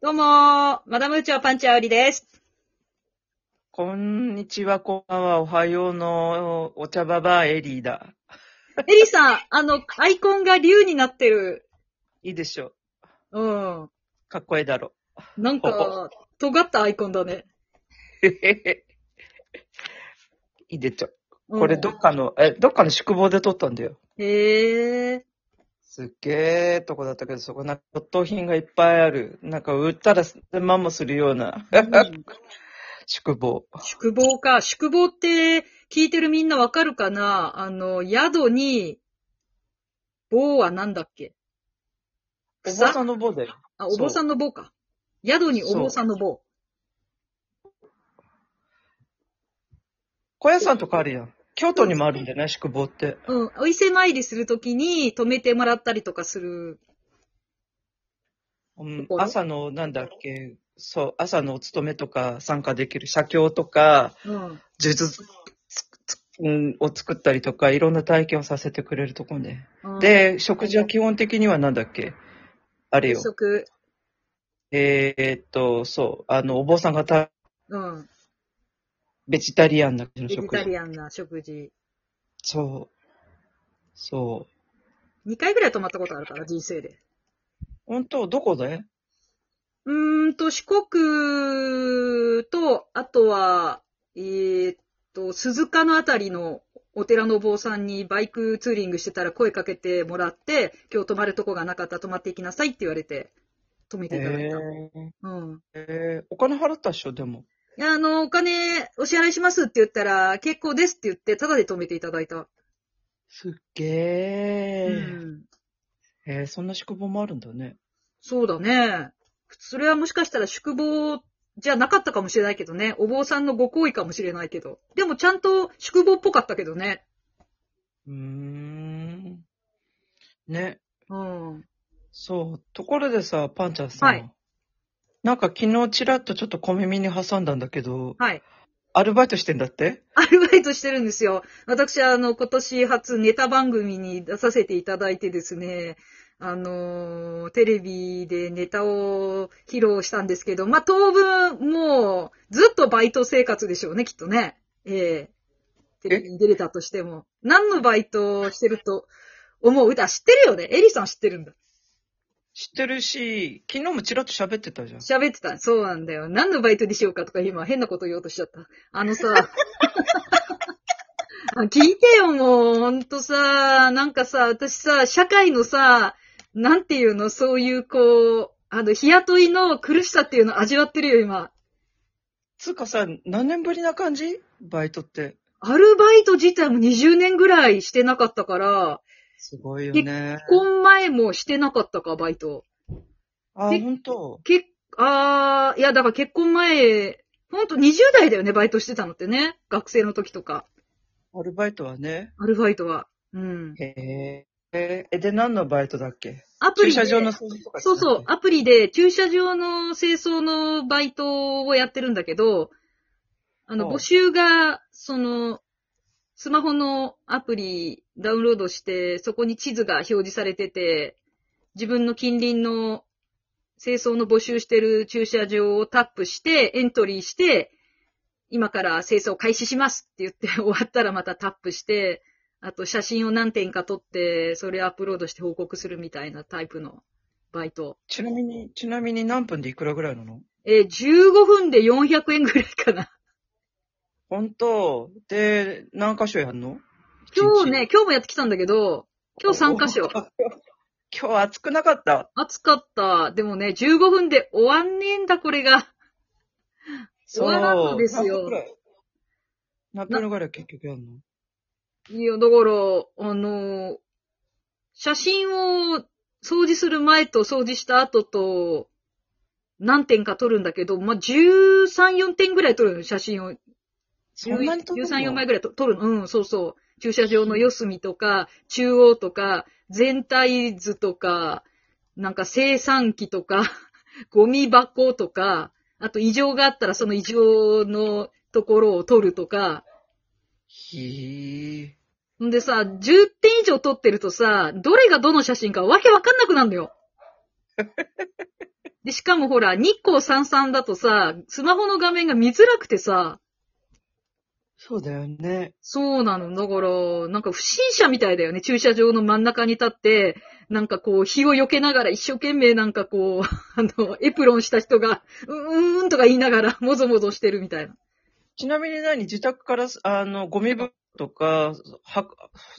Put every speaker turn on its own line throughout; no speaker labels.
どうもー、マダムウチョパンチャオリです。
こんにちは、こんばんは、おはようのお茶ババアエリーだ。
エリさん、あの、アイコンが竜になってる。
いいでしょう。
うん。
かっこいいだろ
なんか、尖ったアイコンだね。
う。へへへいいでしょう。
うん
これどっかの、え、どっかの宿坊で撮ったんだよ。
へえ。
すっげえとこだったけど、そこなんか骨董品がいっぱいある。なんか売ったらマンもするような
うん
宿坊。
宿坊か。宿坊って聞いてるみんなわかるかなあの、宿に、坊はなんだっけ
お坊さんの坊だよ。
あ、
そう
お坊さんの坊か。宿にお坊さんの坊。
小屋さんとかあるやん。京都にもあるんじゃない宿坊って。
うん。お伊勢参りするときに泊めてもらったりとかする。
うん
ここ
朝の、なんだっけ、そう、朝のお勤めとか参加できる写経とか、
うん。
呪術つつうんを作ったりとか、いろんな体験をさせてくれるとこね。
うん、
で、食事は基本的にはなんだっけあれよ
夕。食。
えーっと、そう、あの、お坊さんがた
うん。
ベジタリアンな感
ベ
じの
ジ
食
タ
事。
リアンな食事。
そう。そう。
2回ぐらい泊まったことあるから、人生で。
本当、どこで
うーんと、四国と、あとは、えーっと、鈴鹿のあたりのお寺のお坊さんにバイクツーリングしてたら声かけてもらって、今日泊まるとこがなかったら泊まっていきなさいって言われて、泊めていただい
え
た。
ー
うん。
えーお金払ったっしょ、でも。
いや、あの、お金お支払いしますって言ったら、結構ですって言って、ただで泊めていただいた。
すっげえ。
うん。
えーそんな宿坊もあるんだね。
そうだね。それはもしかしたら宿坊じゃなかったかもしれないけどね。お坊さんのご好意かもしれないけど。でもちゃんと宿坊っぽかったけどね。
うーん。ね。
うん。
そう。ところでさ、パンちゃんさ、
はい
なんか昨日ちらっとちょっと小耳に挟んだんだけど、
はい。
アルバイトしてんだって
アルバイトしてるんですよ。私はあの、今年初ネタ番組に出させていただいてですね。あのーテレビでネタを披露したんですけど、まあ、当分、もう、ずっとバイト生活でしょうね、きっとね。ええテレビに出れたとしても。何のバイトをしてると思う歌知ってるよねエリさん知ってるんだ。
知ってるし、昨日もちらっと喋ってたじゃん。
喋ってた。そうなんだよ。何のバイトにしようかとか今変なこと言おうとしちゃった。あのさ。あ聞いてよ、もう。ほんとさ、なんかさ、私さ、社会のさ、なんていうの、そういうこう、あの、日雇いの苦しさっていうの味わってるよ、今。
つうかさ、何年ぶりな感じバイトって。
アルバイト自体も20年ぐらいしてなかったから、
すごいよね。
結婚前もしてなかったか、バイト。
あ、
で
ほんと。
け、あー、いや、だから結婚前、ほんと20代だよね、バイトしてたのってね。学生の時とか、
アルバイトはね。
アルバイトは。うん。
へえ。え、で、何のバイトだっけ
アプ
駐
リで。
車場の掃除とか
そうそう、
う。
アプリで駐車場の清掃のバイトをやってるんだけど、あの、
おう
募集が、その、スマホのアプリダウンロードして、そこに地図が表示されてて、自分の近隣の清掃の募集してる駐車場をタップして、エントリーして、今から清掃開始しますって言って終わったらまたタップして、あと写真を何点か撮って、それアップロードして報告するみたいなタイプのバイト。
ちなみに、ちなみに何分でいくらぐらいなの
えー、15分で400円ぐらいかな。
ほんと。で、何箇所やんの
今日ね、今日もやってきたんだけど、今日3箇所。
今日暑くなかった。
暑かった。でもね、15分で終わんねえんだ、これが。終わらんのですよ
そう何分ぐらい結局やんの
いや、だから、あのー写真を掃除する前と掃除した後と、何点か撮るんだけど、まあ、13、4点ぐらい撮るの、写真を。
そんなに撮ってんの
?13、4枚ぐらいと撮るの。うん、そうそう。駐車場の四隅とか、中央とか、全体図とか、なんか生産機とか、 ゴミ箱とか、あと異常があったらその異常のところを撮るとか、
ひ
んでさ、10点以上 撮ってるとさ、どれがどの写真かわけわかんなくなるのよ。で、しかもほら、日光三々だとさ、スマホの画面が見づらくてさ、
そうだよね。
そうなの。だから、なんか不審者みたいだよね。駐車場の真ん中に立って、なんかこう、火を避けながら一生懸命なんかこう、あ の、エプロンした人が、うーんとか言いながら、もぞもぞしてるみたいな。
ちなみに何自宅からす、あの、ゴミ袋とか、は、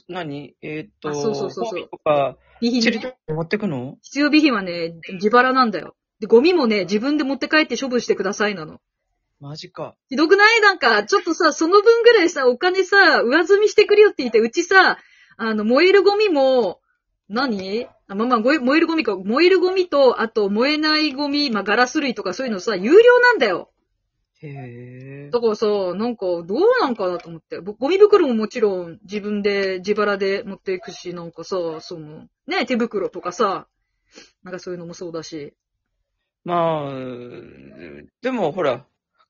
何えっ、と、
あそうそうそうそう
コンビとか、
備品
チ
ね
リとか持ってくの
必要備品はね、自腹なんだよ。で、ゴミもね、自分で持って帰って処分してくださいなの。
マジか。
ひどくないなんか、ちょっとさ、その分ぐらいさ、お金さ、上積みしてくれよって言って、うちさ、あの、燃えるゴミも、何あまあまあ、ごえ燃えるゴミか。燃えるゴミと、あと、燃えないゴミ、まあ、ガラス類とかそういうのさ、有料なんだよ。
へえ。
だからさ、なんか、どうなんかなと思って。僕ゴミ袋ももちろん、自分で、自腹で持っていくし、なんかさ、その、ね、手袋とかさ、なんかそういうのもそうだし。
まあ、でもほら、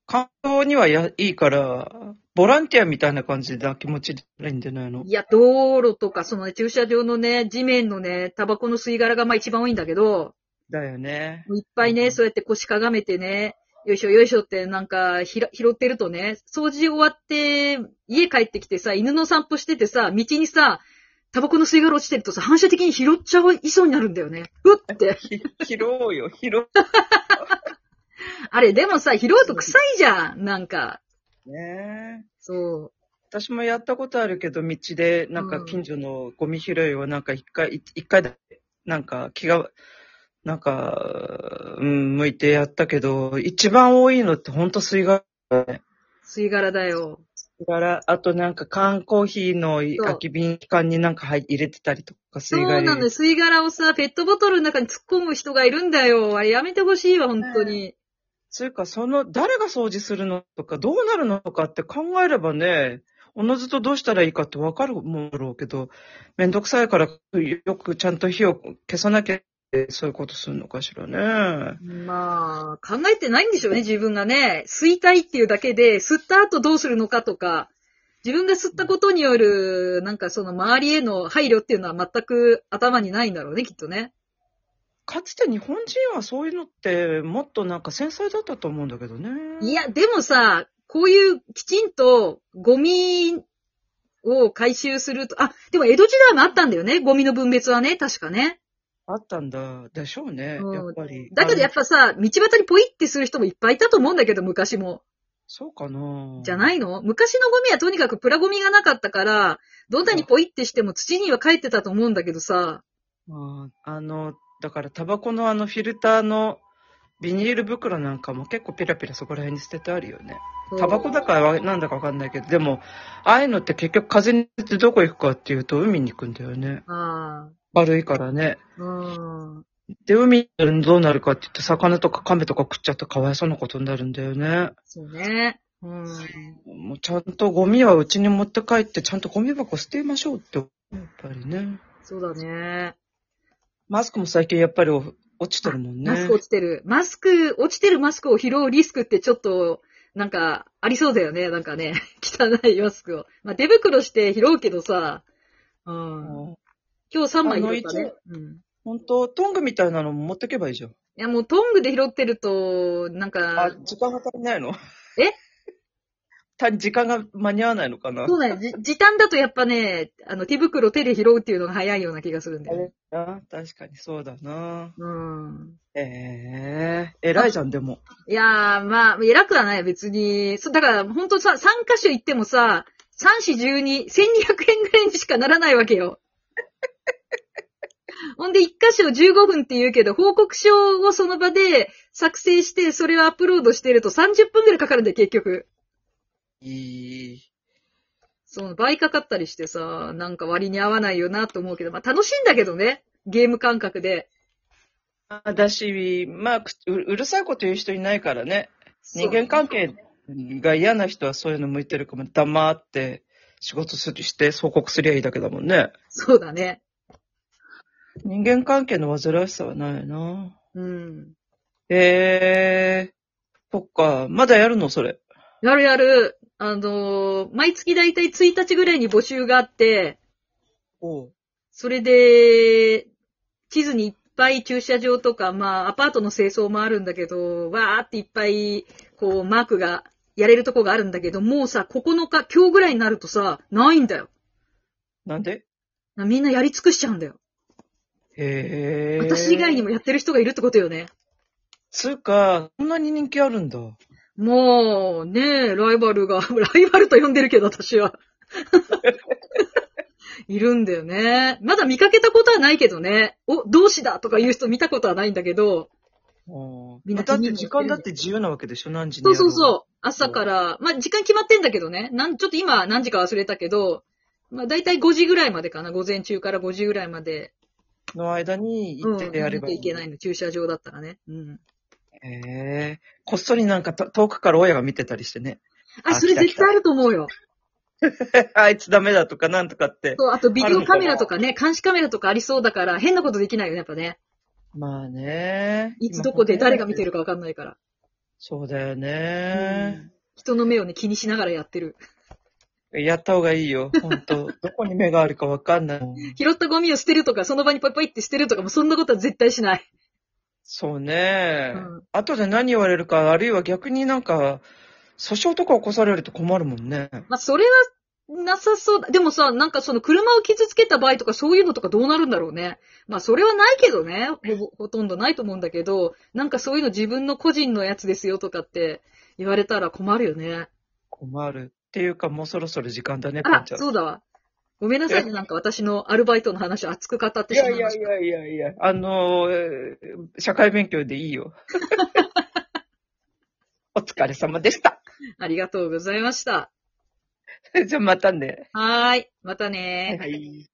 環境にはやいいから、ボランティアみたいな感じな気持ちでいいんじゃないの
いや、道路とか、そのね、駐車場のね、地面のね、タバコの吸い殻がまあ一番多いんだけど、
だよね。
いっぱいうね、
ん
そうやって腰かがめてね、よいしょよいしょってなんかひら拾ってるとね、掃除終わって、家帰ってきてさ、犬の散歩しててさ、道にさ、タバコの吸い殻落ちてるとさ、反射的に拾っちゃいそうになるんだよね。うっって。
ひ拾おうよ、拾お
あれ、でもさ、拾うと臭いじゃん、なんか。
うね。
そう。
私もやったことあるけど、道で、なん
う
か
ん
近所のゴミ拾いをなんか一回、い一回だけ、なんか気が、なんか、うん、向いてやったけど、一番多いのってほんと水が、
吸い殻だよ。
水柄、あとなんか缶コーヒーの
そう
空き瓶缶になんか入入れてたりとか、水
そうなのよ。
柄。
吸い殻をさ、ペットボトルの中に突っ込む人がいるんだよ。あれやめてほしいわ、本当に。
つうか、その、誰が掃除するのとか、どうなるのかって考えればね、おのずとどうしたらいいかってわかるもんだろうけど、めんどくさいから、よくちゃんと火を消さなきゃって、そういうことするのかしらね。
まあ、考えてないんでしょうね、自分がね。吸いたいっていうだけで、吸った後どうするのかとか、自分が吸ったことによる、なんかその周りへの配慮っていうのは全く頭にないんだろうね、きっとね。
かつて日本人はそういうのって、もっとなんか繊細だったと思うんだけどね。
いや、でもさ、こういうきちんとゴミを回収すると、あ、でも江戸時代もあったんだよね、ゴミの分別はね、確かね。
あったんだ。でしょうね、
うん
やっぱり。
だけどやっ
あの
ぱさ、道端にポイってする人もいっぱいいたと思うんだけど、昔も。
そうかな。
じゃないいの昔のゴミはとにかくプラゴミがなかったから、どんなにポイってしても土には帰ってたと思うんだけどさ。
まあ、あの、だからタバコのあのフィルターのビニール袋なんかも結構ピラピラそこら辺に捨ててあるよね。タバコだからわなんだかわかんないけど、でも、ああいうのって結局風に乗ってどこ行くかっていうと海に行くんだよね。
ああ。
悪いからね。
うん。
で、海にどうなるかって言って魚とか亀とか食っちゃってかわいそうなことになるんだよね。
そうね。うん。
もうちゃんとゴミはうちに持って帰って、ちゃんとゴミ箱捨てましょうって、やっぱりね。
そうだね。
マスクも最近やっぱりお落ちてるもんね。
マスク落ちてる。マスク、落ちてるマスクを拾うリスクってちょっと、なんか、ありそうだよね。なんかね。 汚いマスクを。まあ、手袋して拾うけどさ。うん。
うん
今日3枚拾った
あの
ね
一。
うん。
本当トングみたいなのも持ってけばいいじゃん。
いや、もうトングで拾ってると、なんか
あ、、時間が足りないの
え
た 時間が間に合わないのか な
そうだよ。じ時短だとやっぱね、あの、手袋手で拾うっていうのが早いような気がするんだ
あ
よね。
れあ確かにそうだな。
うん。
ええ偉いじゃん、でも。
いやー、まあ、偉くはない、別に。そう、だから、ほんとさ、3箇所行ってもさ、3四十二、1200円ぐらいにしかならないわけよ。ほんで、1箇所15分って言うけど、報告書をその場で作成して、それをアップロードしてると30分ぐらいかかるんだよ、結局。
いい。
そう、倍かかったりしてさ、なんか割に合わないよなと思うけど、まあ楽しいんだけどね、ゲーム感覚で。
だし、まあ、くううるさいこと言う人いないからね。人間関係が嫌な人はそういうの向いてるかも。黙って仕事するして、報告すりゃいいだけだもんね。
そうだね。
人間関係の煩わしさはないな。
うん。
ええそっか。まだやるのそれ。
やるやる。あのー毎月だいたい1日ぐらいに募集があって、
おう。
それで、地図にぱい駐車場とか、まあ、アパートの清掃もあるんだけど、わーっていっぱい、こう、マークが、やれるとこがあるんだけど、もうさ、9日、今日ぐらいになるとさ、ないんだよ。
なんで
みんなやり尽くしちゃうんだよ。
へえ。
私以外にもやってる人がいるってことよね。
つうか、そんなに人気あるんだ。
もう、ねえ、ライバルが、 ライバルと呼んでるけど、私 は。いるんだよね。まだ見かけたことはないけどね。お、同志だとか言う人見たことはないんだけど。みんな
だって時間だって自由なわけでしょ何時に
そ
や
う
ろ
そうそう。朝から、まあ、時間決まってんだけどね。なん、ちょっと今何時か忘れたけど、まあ、だいたい5時ぐらいまでかな。午前中から5時ぐらいまで。
の間に
う
行
ん。
ってやれば
見ていけないの、駐車場だったらね。うん。
へえ。こっそりなんかと遠くから親が見てたりしてね。
あ、
あ
それ
来た来た
絶対あると思うよ。
あいつダメだとかなんとかって。
そう、あとビデオカメラとかね、監視カメラとかありそうだから、変なことできないよね、やっぱね。
まあね。
いつどこで誰が見てるかわかんないから。
そうだよ
う
ね
ん。人の目をね、気にしながらやってる。
やった方がいいよ。本 当どこに目があるかわかんない。
拾ったゴミを捨てるとか、その場にポイポイって捨てるとかも、そんなことは絶対しない。
そうね。
うん
後で何言われるか、あるいは逆になんか、訴訟とか起こされると困るもんね。
まあ、それは、なさそうだ。でもさ、なんかその車を傷つけた場合とかそういうのとかどうなるんだろうね。まあ、それはないけどね。ほぼ、ほとんどないと思うんだけど、なんかそういうの自分の個人のやつですよとかって言われたら困るよね。
困る。っていうか、もうそろそろ時間だね、
あ
か
ら
んちゃん。
そうだわ。ごめんなさいね。なんか私のアルバイトの話を熱く語って
い
しま
や
いま
い
した
や。いやいやいや、あのー、えー社会勉強でいいよ。お疲れ様でした。
ありがとうございました。
じゃあまたね。
はーい。またねー。
い。